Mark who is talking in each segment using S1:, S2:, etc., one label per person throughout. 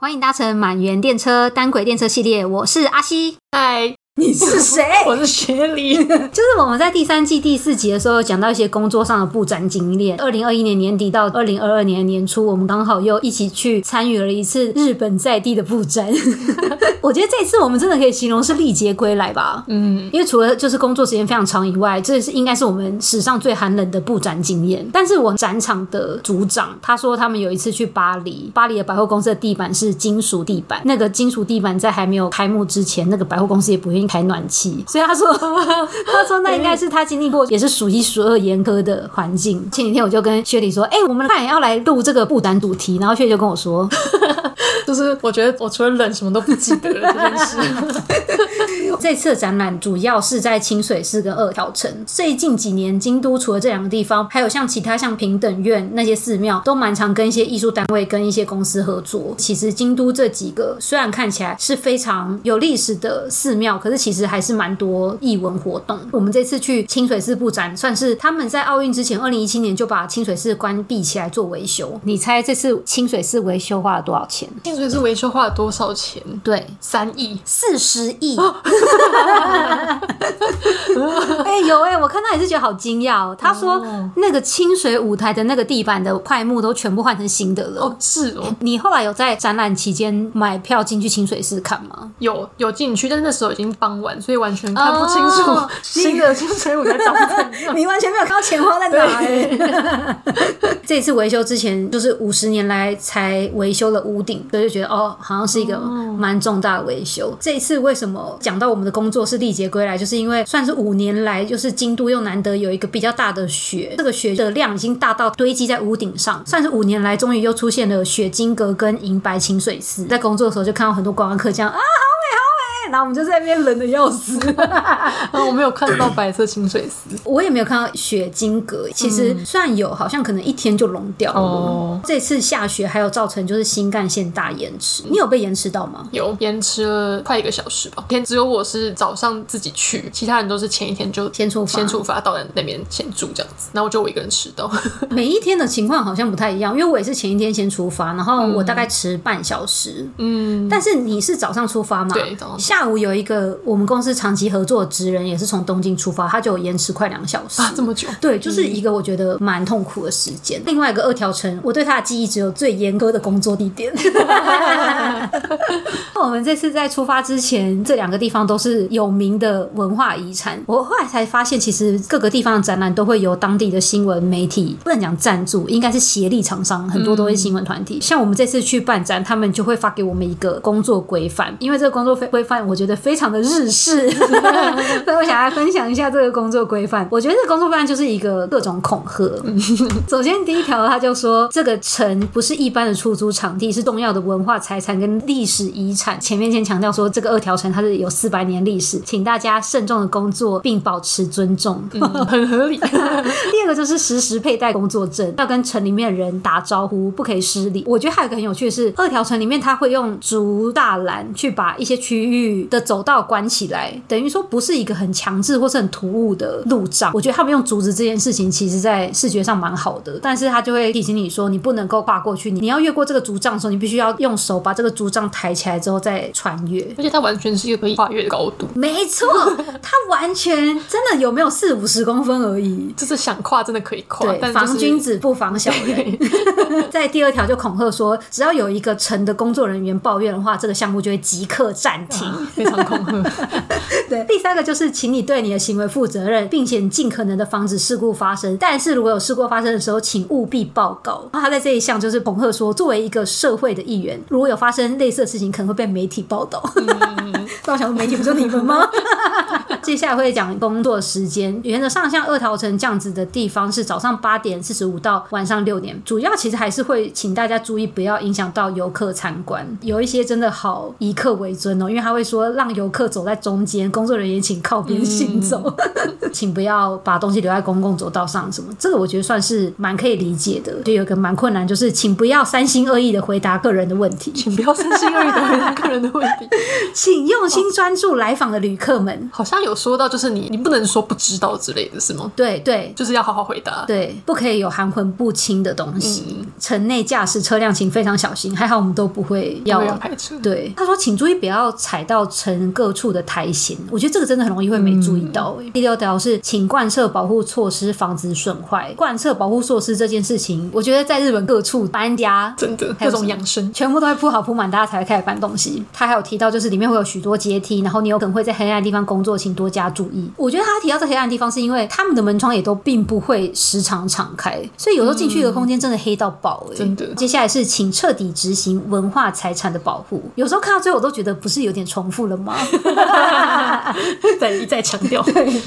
S1: 欢迎搭乘满园电车单轨电车系列，我是阿西。
S2: 嗨，
S1: 你是谁？
S2: 我是雪莉。
S1: 就是我们在第三季第四集的时候有讲到一些工作上的不展经验。二零二一年年底到二零二二年年初，我们刚好又一起去参与了一次日本在地的布展。 我觉得这次我们真的可以形容是历劫归来吧。
S2: 嗯，
S1: 因为除了就是工作时间非常长以外，这是应该是我们史上最寒冷的布展经验。但是我展场的组长他说，他们有一次去巴黎，巴黎的百货公司的地板是金属地板，那个金属地板在还没有开幕之前，那个百货公司也不愿意开暖气，所以他说， 他说那应该是他经历过也是数一数二严苛的环境。前几天我就跟薛礼说，哎、我们快点要来录这个布展主题，然后薛礼就跟我说，
S2: 就是我觉得我除了冷什么都不记得了这件事。
S1: 这次的展览主要是在清水寺跟二条城。最近几年，京都除了这两个地方，还有像其他像平等院那些寺庙，都蛮常跟一些艺术单位跟一些公司合作。其实京都这几个虽然看起来是非常有历史的寺庙，可是其实还是蛮多艺文活动。我们这次去清水寺布展，算是他们在奥运之前，二零一七年就把清水寺关闭起来做维修。你猜这次清水寺维修花了多少钱？
S2: 清水寺维修花了多少钱？
S1: 对，
S2: 三亿。
S1: 四十亿。 哎、有哎、我看到也是觉得好惊讶哦。他说那个清水舞台的那个地板的块木都全部换成新的了。
S2: 哦，是哦，
S1: 你后来有在展览期间买票进去清水寺看吗？
S2: 有有进去，但是那时候已经傍晚，所以完全看不清楚、
S1: 哦
S2: 新的清水舞台长怎 样。
S1: 你完全没有看到钱花在哪欸 这一次维修之前，就是五十年来才维修了屋顶，所以就觉得哦，好像是一个蛮重大的维修。这一次为什么讲到我们的工作是历劫归来，就是因为算是五年来，就是京都又难得有一个比较大的雪，这个雪的量已经大到堆积在屋顶上，算是五年来终于又出现了雪晶阁跟银白清水寺。在工作的时候就看到很多观光客这样啊，好美好美，然后我们就在那边冷的要死。
S2: 啊 我没有看到白色清水寺。
S1: 我也没有看到雪晶格，其实虽然有，好像可能一天就融掉了。
S2: 嗯哦
S1: 这次下雪还有造成就是新干线大延迟，你有被延迟到 吗？
S2: 有延迟了快一个小时吧，天只有我是早上自己去，其他人都是前一天就
S1: 先出发
S2: 先出发到那边先住这样子，然后就我一个人迟到。
S1: 每一天的情况好像不太一样，因为我也是前一天先出发，然后我大概迟半小时。
S2: 嗯，
S1: 但是你是早上出发嘛？
S2: 对早上
S1: 下午有一个我们公司长期合作的职人，也是从东京出发，他就有延迟快两小时。
S2: 啊，这么久，
S1: 对，就是一个我觉得蛮痛苦的时间。另外一个二条城，我对他的记忆只有最严苛的工作地 点。那我们这次在出发之前，这两个地方都是有名的文化遗产。我后来才发现，其实各个地方的展览都会由当地的新闻媒体，不能讲赞助，应该是协力厂商，很多都是新闻团体。像我们这次去办展，他们就会发给我们一个工作规范，因为这个工作规规范，我觉得非常的日式。所以我想来分享一下这个工作规范。我觉得这个工作规范就是一个各种恐吓。 首先第一条，他就说这个城不是一般的出租场地，是重要的文化财产跟历史遗产。前面先强调说这个二条城它是有四百年历史，请大家慎重的工作并保持尊重。
S2: 嗯很合 理。
S1: 第二个就是时时佩戴工作证，要跟城里面的人打招呼，不可以失礼。我觉得还有一个很有趣的是，二条城里面它会用竹栅栏去把一些区域的走道关起来，等于说不是一个很强制或是很突兀的路障。我觉得他们用竹子这件事情，其实在视觉上蛮好的，但是他就会提醒你说，你不能够跨过去，你你要越过这个竹杖的时候，你必须要用手把这个竹杖抬起来之后再穿越。
S2: 而且它完全是一个可以跨越的高度，
S1: 没错， 它完全真的有没有四五十公分而已。
S2: 就是想跨真的可以跨，
S1: 对，
S2: 但就是
S1: 防君子不防小人。 在第二条就恐吓说，只要有一个城的工作人员抱怨的话，这个项目就会即刻暂停。
S2: 非常 恐吓。
S1: 对，第三个就是请你对你的行为负责任，并且尽可能的防止事故发生。但是如果有事故发生的时候，请务必报告。然后他在这一项就是恐吓说，作为一个社会的一员，如果有发生类似的事情，可能会被媒体报道。那我想说，媒体不就你们吗？ 接下来会讲工作时间，原则上像二桃城这样子的地方是早上八点四十五到晚上六点，主要其实还是会请大家注意不要影响到游客参观。有一些真的好以客为尊哦，因为他会说让游客走在中间，工作人员请靠边行走， 请不要把东西留在公共走道上什么。这个我觉得算是蛮可以理解的，就有一个蛮困难，就是请不要三心二意的回答个人的问题。
S2: 请不要三心二意的回答个人的问题，
S1: 请用心心专注来访的旅客们。
S2: 好像有说到，就是你你不能说不知道之类的是吗？
S1: 对对
S2: 就是要好好回答。
S1: 对，不可以有含混不清的东西。城内驾驶车辆请非常小心，还好我们都不会
S2: 要
S1: 要。
S2: 要开车。
S1: 对，他说请注意不要踩到城各处的苔藓，我觉得这个真的很容易会没注意到、欸。第六条是请贯彻保护措施，防止损坏。贯彻保护措施这件事情，我觉得在日本各处搬家
S2: 真的
S1: 还
S2: 各
S1: 有
S2: 种
S1: 什么
S2: 养生，
S1: 全部都会铺好铺满，大家才会开始搬东西。他还有提到，就是里面会有许多阶梯，然后你有可能会在黑暗的地方工作，请多加注意。我觉得他提到这黑暗的地方，是因为他们的门窗也都并不会时常敞开，所以有时候进去一个空间真的黑到爆、欸，
S2: 嗯真的
S1: 接下来是请彻底执行文化财产的保护。有时候看到最后，我都觉得不是有点重复了吗？
S2: 再一再强 调。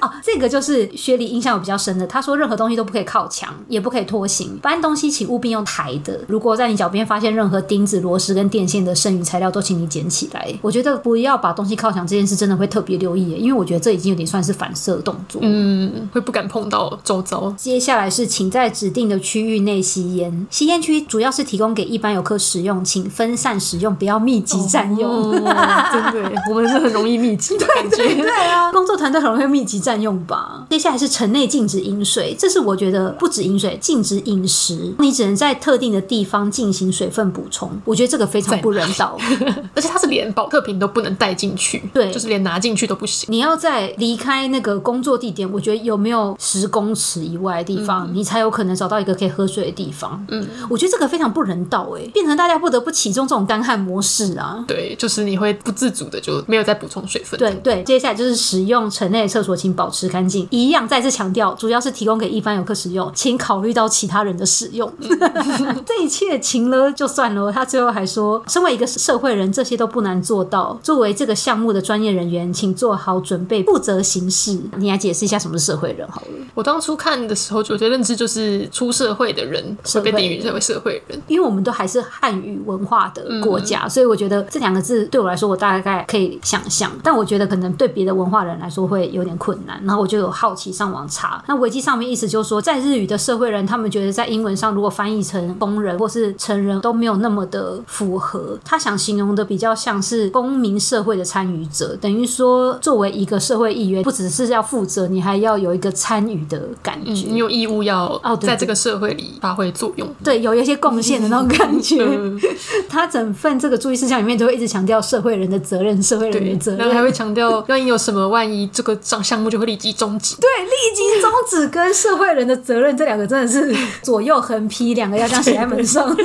S1: 哦，这个就是学理印象有比较深的。他说，任何东西都不可以靠墙，也不可以拖行。搬东西请务必用抬的。如果在你脚边发现任何钉子、螺丝跟电线的剩余材料，都请你捡起来。我觉得不要把东西靠墙这件事真的会特别留意耶，因为我觉得这已经有点算是反射动作。
S2: 嗯，会不敢碰到周遭。
S1: 接下来是，请在指定的区域内吸烟。吸烟区主要是提供给一般游客使用，请分散使用，不要密集占用。
S2: 哦真的耶，我们是很容易密集的感觉。
S1: 对啊，工作团队很容易密集占用吧。接下来是城内禁止饮水，这是我觉得不止饮水，禁止饮食，你只能在特定的地方进行水分补充。我觉得这个非常不人道。
S2: 而且它是连保特瓶都不能带进去，
S1: 对
S2: 就是连拿进去都不行。
S1: 你要在离开那个工作地点，我觉得有没有十公尺以外的地方，你才有可能找到一个可以喝水的地方。嗯，我觉得这个非常不人道哎、变成大家不得不启动这种干旱模式啊。
S2: 对，就是你会不自主的就没有再补充水分。
S1: 对对，接下来就是使用城内的厕所，请保持干净。一样再次强调，主要是提供给一般游客使用，请考虑到其他人的使用。 这一切情了就算了，他最后还说，身为一个社会人，这些都不难做到。作为这个项目的专业人员，请做好准备，负责行事。你来解释一下什么是社会人好了，
S2: 我当初看的时候，我的认知就是出社会的人
S1: 社
S2: 会
S1: 会
S2: 被定义成为社会人。
S1: 因为我们都还是汉语文化的国家，所以我觉得这两个字对我来说，我大概可以想象，但我觉得可能对别的文化人来说会有点困难。然后我就有好奇上网查，那维基上面意思就是说，在日语的社会人，他们觉得在英文上如果翻译成工人或是成人都没有那么的符合，他想形容的比较像是公民社会的参与者，等于说作为一个社会议员，不只是要负责，你还要有一个参与的感觉。
S2: 你有义务要
S1: 哦对
S2: 在这个社会里发挥作用。
S1: 对，有一些贡献的那种感觉。
S2: 嗯，
S1: 他整份这个注意事项里面都会一直强调社会人的责任，社会人
S2: 对
S1: 的责，
S2: 然后还
S1: 任。
S2: 会强调，万一有什么万一，这个项项目就会立即终止。
S1: 对，立即宗旨跟社会人的责任这两个真的是左右横批，两个要这样写在门 上。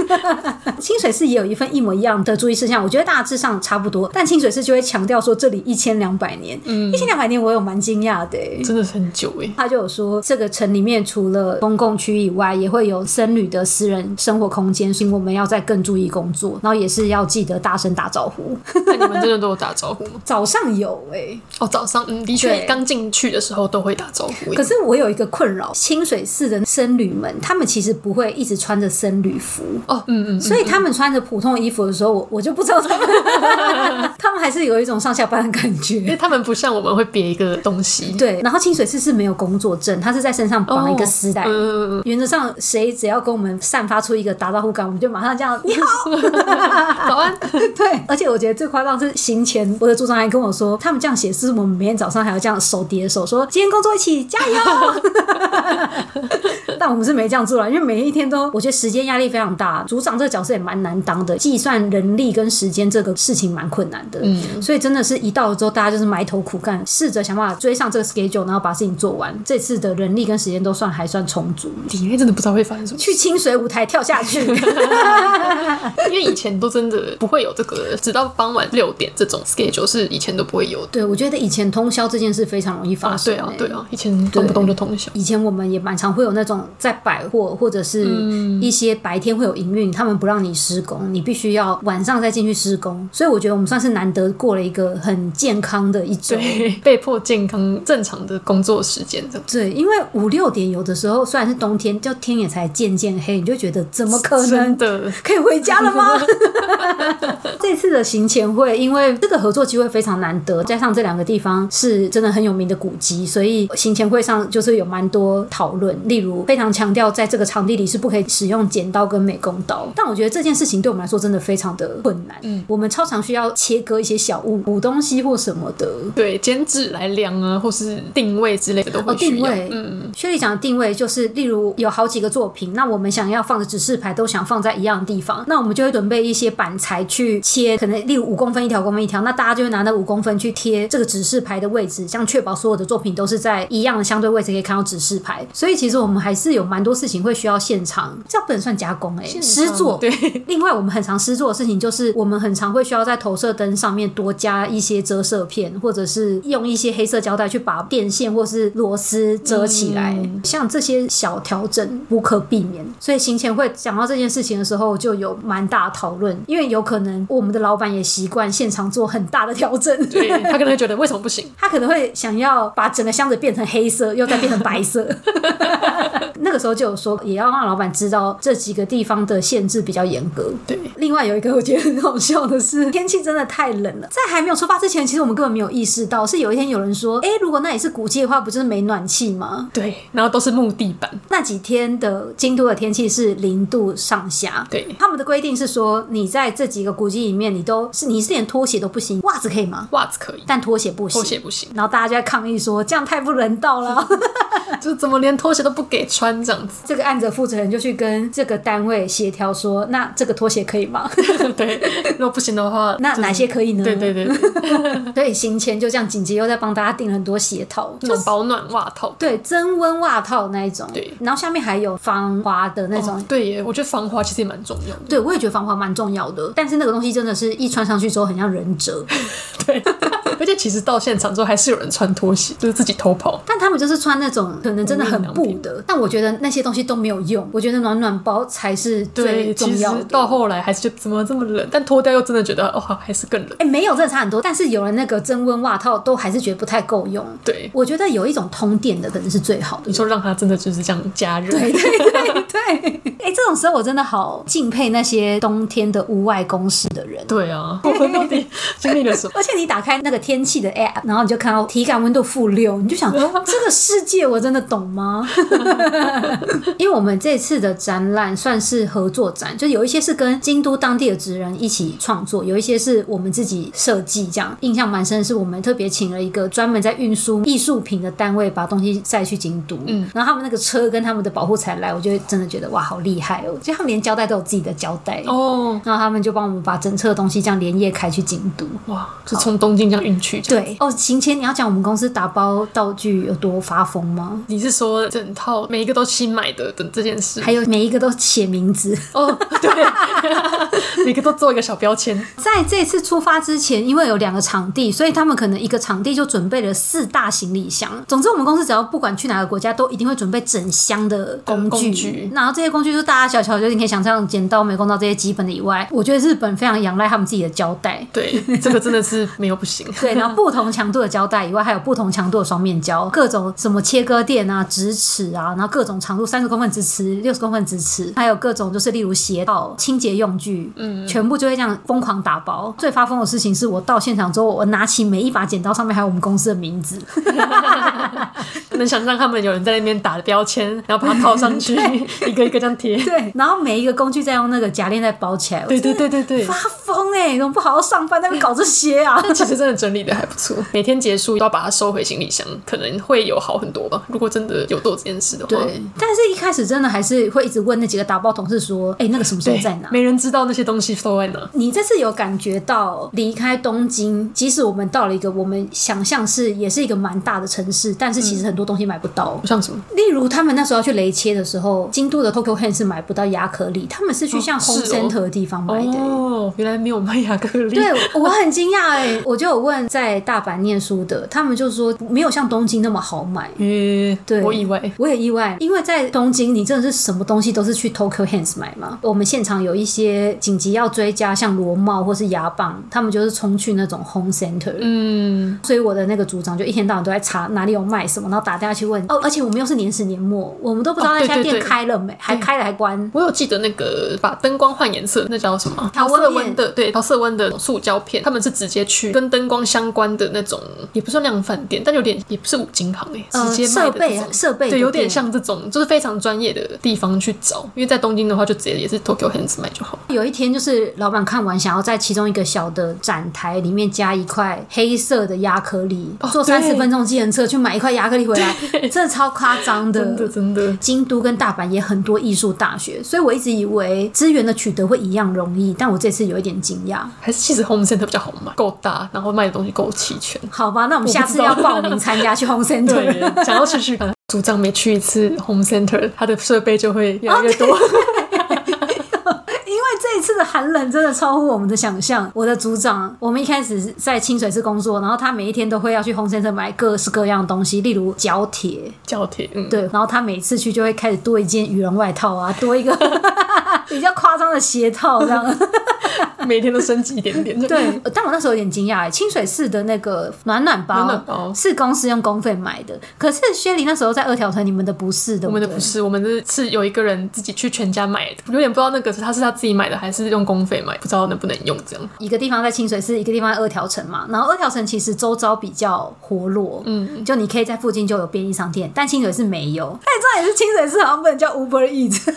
S1: 清水寺也有一份一模一样的注意事项，我觉得大致上差不多，但清水寺就会强调说这里一千两百年，
S2: 嗯
S1: 一千两百年我有蛮惊讶的、欸。
S2: 真的是很久 哎，
S1: 他就有说，这个城里面除了公共区以外，也会有僧侣的私人生活空间，所以我们要再更注意工作，然后也是要记得大声打招呼。
S2: 那你们真的都有打招呼吗？
S1: 早上有哎、
S2: 哦，早上，嗯，的
S1: 对
S2: 确，刚进去的时候都会打招呼欸。
S1: 可是我有一个困扰，清水寺的僧侣们，他们其实不会一直穿着僧侣服，
S2: 哦，嗯嗯，
S1: 所以他们穿着普通衣服的时候，我我就不知道他们， 他们还是有一种上下班的感
S2: 因
S1: 觉
S2: 为。他们不像我们会别一个东西，
S1: 对，然后清水寺是没有工作证，他是在身上绑一个丝带。
S2: 嗯，嗯嗯
S1: 原则上，谁只要跟我们散发出一个打招呼感，我们就马上这样你
S2: 哦
S1: 好。啊
S2: 早安，
S1: 对，而且我觉得最夸张是行前，我的组长还跟我说，他们这样写是我们每天早上还要这样手叠手，说今天工作一起加油。但我们是没这样做啦，因为每一天都，我觉得时间压力非常大，组长这个角色也蛮难当的，计算人力跟时间这个事情蛮困难的。嗯，所以真的是一到了之后，大家就是埋头苦干，试着想办法追上这个 schedule，然后把事情做完。这次的人力跟时间都算还算充足。
S2: 里面真的不知道会发生什么事，
S1: 去清水舞台跳下去，
S2: 因为以前都真的不会有这个，直到傍晚六点这种 schedule 是以前都不会有的。
S1: 对我觉得以前通宵这件事非常容易发
S2: 啊，
S1: 生、
S2: 对啊
S1: 欸，
S2: 对啊，以前动不动就通宵。
S1: 以前我们也蛮常会有那种在百货或者是
S2: 嗯
S1: 一些白天会有营运，他们不让你施工，你必须要晚上再进去施工。所以我觉得我们算是难得过了一个很健康的一周。
S2: 对，被迫健康正常的工作时间这样。
S1: 对，因为五六点有的时候虽然是冬天，就天也才渐渐黑，你就觉得怎么可能
S2: 真的，
S1: 可以回家了吗？ 这次的行前会，因为这个合作机会非常难得，加上这两个地方是真的很有名的古迹，所以行前会上就是有蛮多讨论，例如非常。常强调，在这个场地里是不可以使用剪刀跟美工刀。但我觉得这件事情对我们来说真的非常的困难。嗯，我们超常需要切割一些小物、补东西或什么的。
S2: 对，监制来量啊，或是定位之类的都
S1: 哦，
S2: 会需
S1: 定
S2: 要。
S1: 位，嗯，薛丽讲的定位就是，例如有好几个作品，那我们想要放的指示牌都想放在一样的地方，那我们就会准备一些板材去切，可能例如五公分一条，公分一条，那大家就会拿那五公分去贴这个指示牌的位置，这样确保所有的作品都是在一样的相对位置可以看到指示牌。所以其实我们还是有蛮多事情会需要现场，这样不能算加工哎、欸，
S2: 现
S1: 实
S2: 场
S1: 作
S2: 嗯对，
S1: 另外，我们很常失做的事情就是，我们很常会需要在投射灯上面多加一些遮射片，或者是用一些黑色胶带去把电线或是螺丝遮起来。像这些小调整无可避免，所以行前会讲到这件事情的时候，就有蛮大的讨论，因为有可能我们的老板也习惯现场做很大的调整。
S2: 对他可能会觉得为什么不行？
S1: 他可能会想要把整个箱子变成黑色，又再变成白 色。那个时候就有说，也要让老板知道这几个地方的限制比较严格。
S2: 对，
S1: 另外有一个我觉得很好笑的是，天气真的太冷了。在还没有出发之前，其实我们根本没有意识到，是有一天有人说：“哎、如果那里是古迹的话，不就是没暖气吗？”
S2: 对，然后都是木地板，
S1: 那几天的京都的天气是零度上下。
S2: 对
S1: 他们的规定是说，你在这几个古迹里面，你都是你是连拖鞋都不行，袜子可以吗？
S2: 袜子可以，
S1: 但拖鞋不行。
S2: 拖鞋不行，
S1: 然后大家就在抗议说，这样太不人道 了。
S2: 就怎么连拖鞋都不给穿这样子？
S1: 这个案子的负责人就去跟这个单位协调说，那这个拖鞋可以 吗？
S2: 对，如果不行的话，
S1: 那哪些可以呢？
S2: 对 对对，对
S1: 所以行前就这样紧急又在帮大家订了很多鞋套，
S2: 那
S1: 就
S2: 种
S1: 是
S2: 保暖袜套。哦
S1: 对增温袜套那一种，
S2: 对
S1: 然后下面还有防滑的那种。
S2: 哦对耶，我觉得防滑其实也蛮重要的。
S1: 对，我也觉得防滑蛮重要的，但是那个东西真的是一穿上去之后很像忍 者，
S2: 对，而且其实到现场之后还是有人穿拖鞋，就是自己偷跑。
S1: 但他们就是穿那种可能真的很布的，但我觉得那些东西都没有用，我觉得暖暖包才是最
S2: 对，
S1: 重
S2: 其实
S1: 要的。
S2: 到后来还是觉得怎么这么冷，但脱掉又真的觉得哇、还是更冷。
S1: 哎、没有真的差很多，但是有了那个增温袜套，都还是觉得不太够用。
S2: 对，
S1: 我觉得有一种通电的可能是最好的
S2: 你。说让它真的就是这样加热，
S1: 对对对对，哎、这种时候我真的好敬佩那些冬天的屋外公司的人。
S2: 对啊，我们到底经历了什么？
S1: 而且你打开那个天气的 app，然后你就看到体感温度负六，你就想这个世界我真的懂吗？ 因为我们这次的展览算是合作展，就有一些是跟京都当地的职人一起创作，有一些是我们自己设计。这样印象蛮深的是，我们特别请了一个专门在运输艺术品的单位，把东西载去京都。嗯，然后他们那个车跟他们的保护材来，我就真的觉得哇，好厉害哦！就他们连胶带都有自己的胶带。
S2: 哦，
S1: 然后他们就帮我们把整车的东西这样连夜开去京都，
S2: 哇，就从东京这样运去。，
S1: 对哦，行前你要讲我们公司打包道具有多发疯吗？
S2: 你是说整套每一个都新买的等这件事？
S1: 还有每一个都写名字。
S2: 哦，对， 每个都做一个小标签。
S1: 在这次出发之前，因为有两个场地，所以他们可能一个场地就准备了四大行李箱。总之，我们公司只要不管去哪个国家，都一定会准备整箱的哦工具。
S2: 工具
S1: 然后这些工具就是大大小小，就是你可以想象剪刀、美工刀这些基本的以外，我觉得日本非常仰赖他们自己的胶带。
S2: 对，这个真的是没有不行。
S1: 对，然后不同强度的胶带以外，还有不同强度的双面胶，各种什么切割垫啊、直尺啊，然后各种长度，三十公分直尺、六十公分直尺，还有各种就是例如鞋套、清洁用具，嗯，全部就会这样疯狂打包。最发疯的事情是我到现场之后，我拿起每一把剪刀，上面还有我们公司的名 字，
S2: 能想象他们有人在那边打标签，然后把它套上 去，一个一个这样贴。
S1: 对，然后每一个工具再用那个夹链再包起来。我
S2: 对对对对对
S1: 发。疯哎、怎么不好好上班，在那边搞这些啊？
S2: 但其实真的整理的还不错，每天结束都要把它收回行李箱，可能会有好很多吧。如果真的有做这件事的 话，
S1: 对， 但是一开始真的还是会一直问那几个打包同事说：“哎、那个什么时候
S2: 对，
S1: 在哪？”
S2: 没人知道那些东西都在哪。
S1: 你这次有感觉到离开东京，即使我们到了一个我们想象是也是一个蛮大的城市，但是其实很多东西买不到。
S2: 不像什么，
S1: 例如他们那时候要去雷切的时候，京都的 Tokyo Hand 是买不到亚克力，他们是去像
S2: 哦是
S1: Home
S2: 哦
S1: Center 的地方买的、
S2: 哦，原来没有卖亚克力。
S1: 对，我很惊讶哎，我就有问在大阪念书的，他们就说没有像东京那么好买。
S2: 嗯，
S1: 对
S2: 我以为
S1: 我也意外，因为在东京，你真的是什么东西都是去 Tokyo Hands 买嘛。我们现场有一些紧急要追加，像螺帽或是牙棒，他们就是冲去那种 Home Center。
S2: 嗯，
S1: 所以我的那个组长就一天到晚都在查哪里有卖什么，然后打电话去问。哦，而且我们又是年始年末，我们都不知道
S2: 哦
S1: 那
S2: 对
S1: 家
S2: 对
S1: 店
S2: 对
S1: 开了没，还开了还关。
S2: 我有记得那个把灯光换颜色，那叫什么？
S1: 调
S2: 调
S1: 色
S2: 色
S1: 面
S2: 温的，对，桃色湾的塑胶片，他们是直接去跟灯光相关的那种，也不算量贩店，但有点也不是五金行哎、
S1: 呃
S2: 直接卖
S1: 设
S2: 的这种
S1: 备设备的
S2: 对，有点
S1: 店
S2: 像这种就是非常专业的地方去找，因为在东京的话就直接也是 Tokyo Hands 买就好了。
S1: 有一天，就是老板看完，想要在其中一个小的展台里面加一块黑色的亚克力，坐
S2: 哦对
S1: 三十分钟计程车去买一块亚克力回来，真的超夸张的。
S2: 真的真的，
S1: 京都跟大阪也很多艺术大学，所以我一直以为资源的取得会一样容易，但我这次有一点惊讶。
S2: 还是其实 Home Center 比较好买，够大，然后卖的东西够齐全。
S1: 好吧，那我们下次
S2: 我
S1: 要
S2: 不知
S1: 报
S2: 道
S1: 名参加去 Home Center。
S2: 对， 想要去去看。组长每去一次 Home Center，他的设备就会越来越多。
S1: 因为这一次的寒冷真的超乎我们的想象。我的组长，我们一开始是在清水市工作，然后他每一天都会要去 Home Center 买各式各样的东西，例如角铁，
S2: 教铁，嗯，
S1: 对，然后他每次去就会开始多一件羽绒外套啊，多一 个比较夸张的鞋套这样。
S2: 每天都升级一点点。
S1: 对，但我那时候有点惊讶，清水市的那个暖暖包
S2: 暖暖包
S1: 是公司用公费买的，可是薛林那时候在二条城，你们的不是的，
S2: 我们的不是，我们的是有一个人自己去全家买的，有点不知道那个是他是他自己买的还是用公费买，不知道能不能用这样。
S1: 一个地方在清水寺，一个地方在二条城嘛。然后二条城其实周遭比较活络，嗯，就你可以在附近就有便利商店，但清水寺没有。哎，这也是清水寺，好像不能叫 Uber Eats。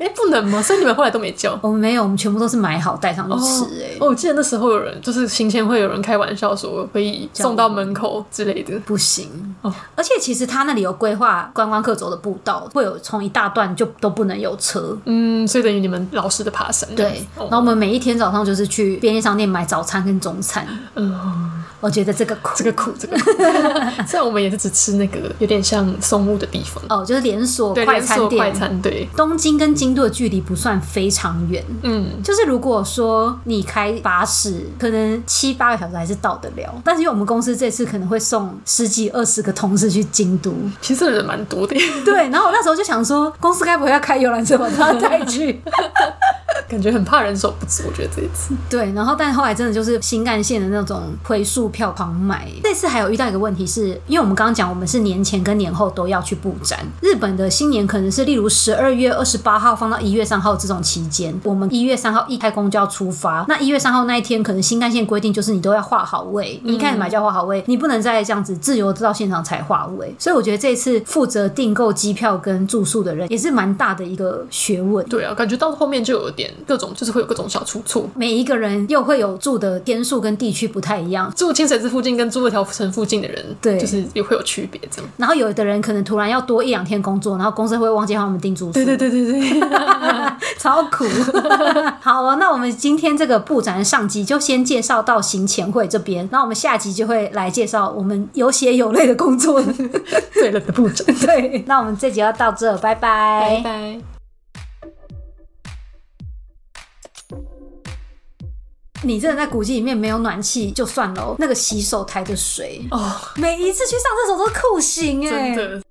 S2: 哎，不能吗？所以你们后来都没叫。
S1: 我们哦没有，我们全部都是买好带上去吃、哎、
S2: 哦，我记得那时候有人就是行前会有人开玩笑说可以送到门口之类的，
S1: 不行。
S2: 哦
S1: 而且其实他那里有规划观光客走的步道，会有从一大段就都不能有车。
S2: 嗯，哦所以等于你们老师的爬山这样子。
S1: 对，然后我们每一天早上就是去便利商店买早餐跟中餐。
S2: 嗯，
S1: 我觉得这个苦，
S2: 这个苦，这个苦。 虽然我们也是只吃那个有点像松木的地方，
S1: 哦，就是连锁
S2: 对，
S1: 快
S2: 连
S1: 餐
S2: 锁
S1: 店。
S2: 快餐，对，
S1: 东京跟京都的距离不算非常远，
S2: 嗯，
S1: 就是如果说你开巴士，可能七八个小时还是到得了。但是因为我们公司这次可能会送十几二十个同事去京都，
S2: 其实人蛮多的，
S1: 对。然后我那时候就想说，公司该不会要开游览车把他带去？
S2: 感觉很怕人手不足，我觉得这一次。
S1: 对。然后但后来真的就是新干线的那种回数票狂买。这次还有遇到一个问题是，因为我们刚刚讲我们是年前跟年后都要去布展，日本的新年可能是例如十二月二十八号放到一月三号这种期间，我们一月三号一开工就要出发，那一月三号那一天可能新干线规定就是你都要画好位，你一开始买就要画好位，你不能再这样子自由到现场才画位。所以我觉得这次负责订购机票跟住宿的人也是蛮大的一个学问。
S2: 对啊，感觉到后面就有点各种，就是会有各种小出错。
S1: 每一个人又会有住的天数跟地区不太一样，
S2: 住清水寺附近跟住二条城附近的人，
S1: 对
S2: 就是也会有区别，这样。
S1: 然后有的人可能突然要多一两天工作，然后公司会忘记帮我们订住宿，
S2: 对对对对 对，
S1: 超苦。 好哦，那我们今天这个布展上集就先介绍到行前会这边，那我们下集就会来介绍我们有血有泪的工 作。
S2: 对了的部长，
S1: 对，那我们这集要到这，拜
S2: 拜拜。
S1: 你真的在古迹里面没有暖气就算了哦，那个洗手台的水，
S2: 哦，
S1: 每一次去上厕所都酷刑哎、
S2: 真的。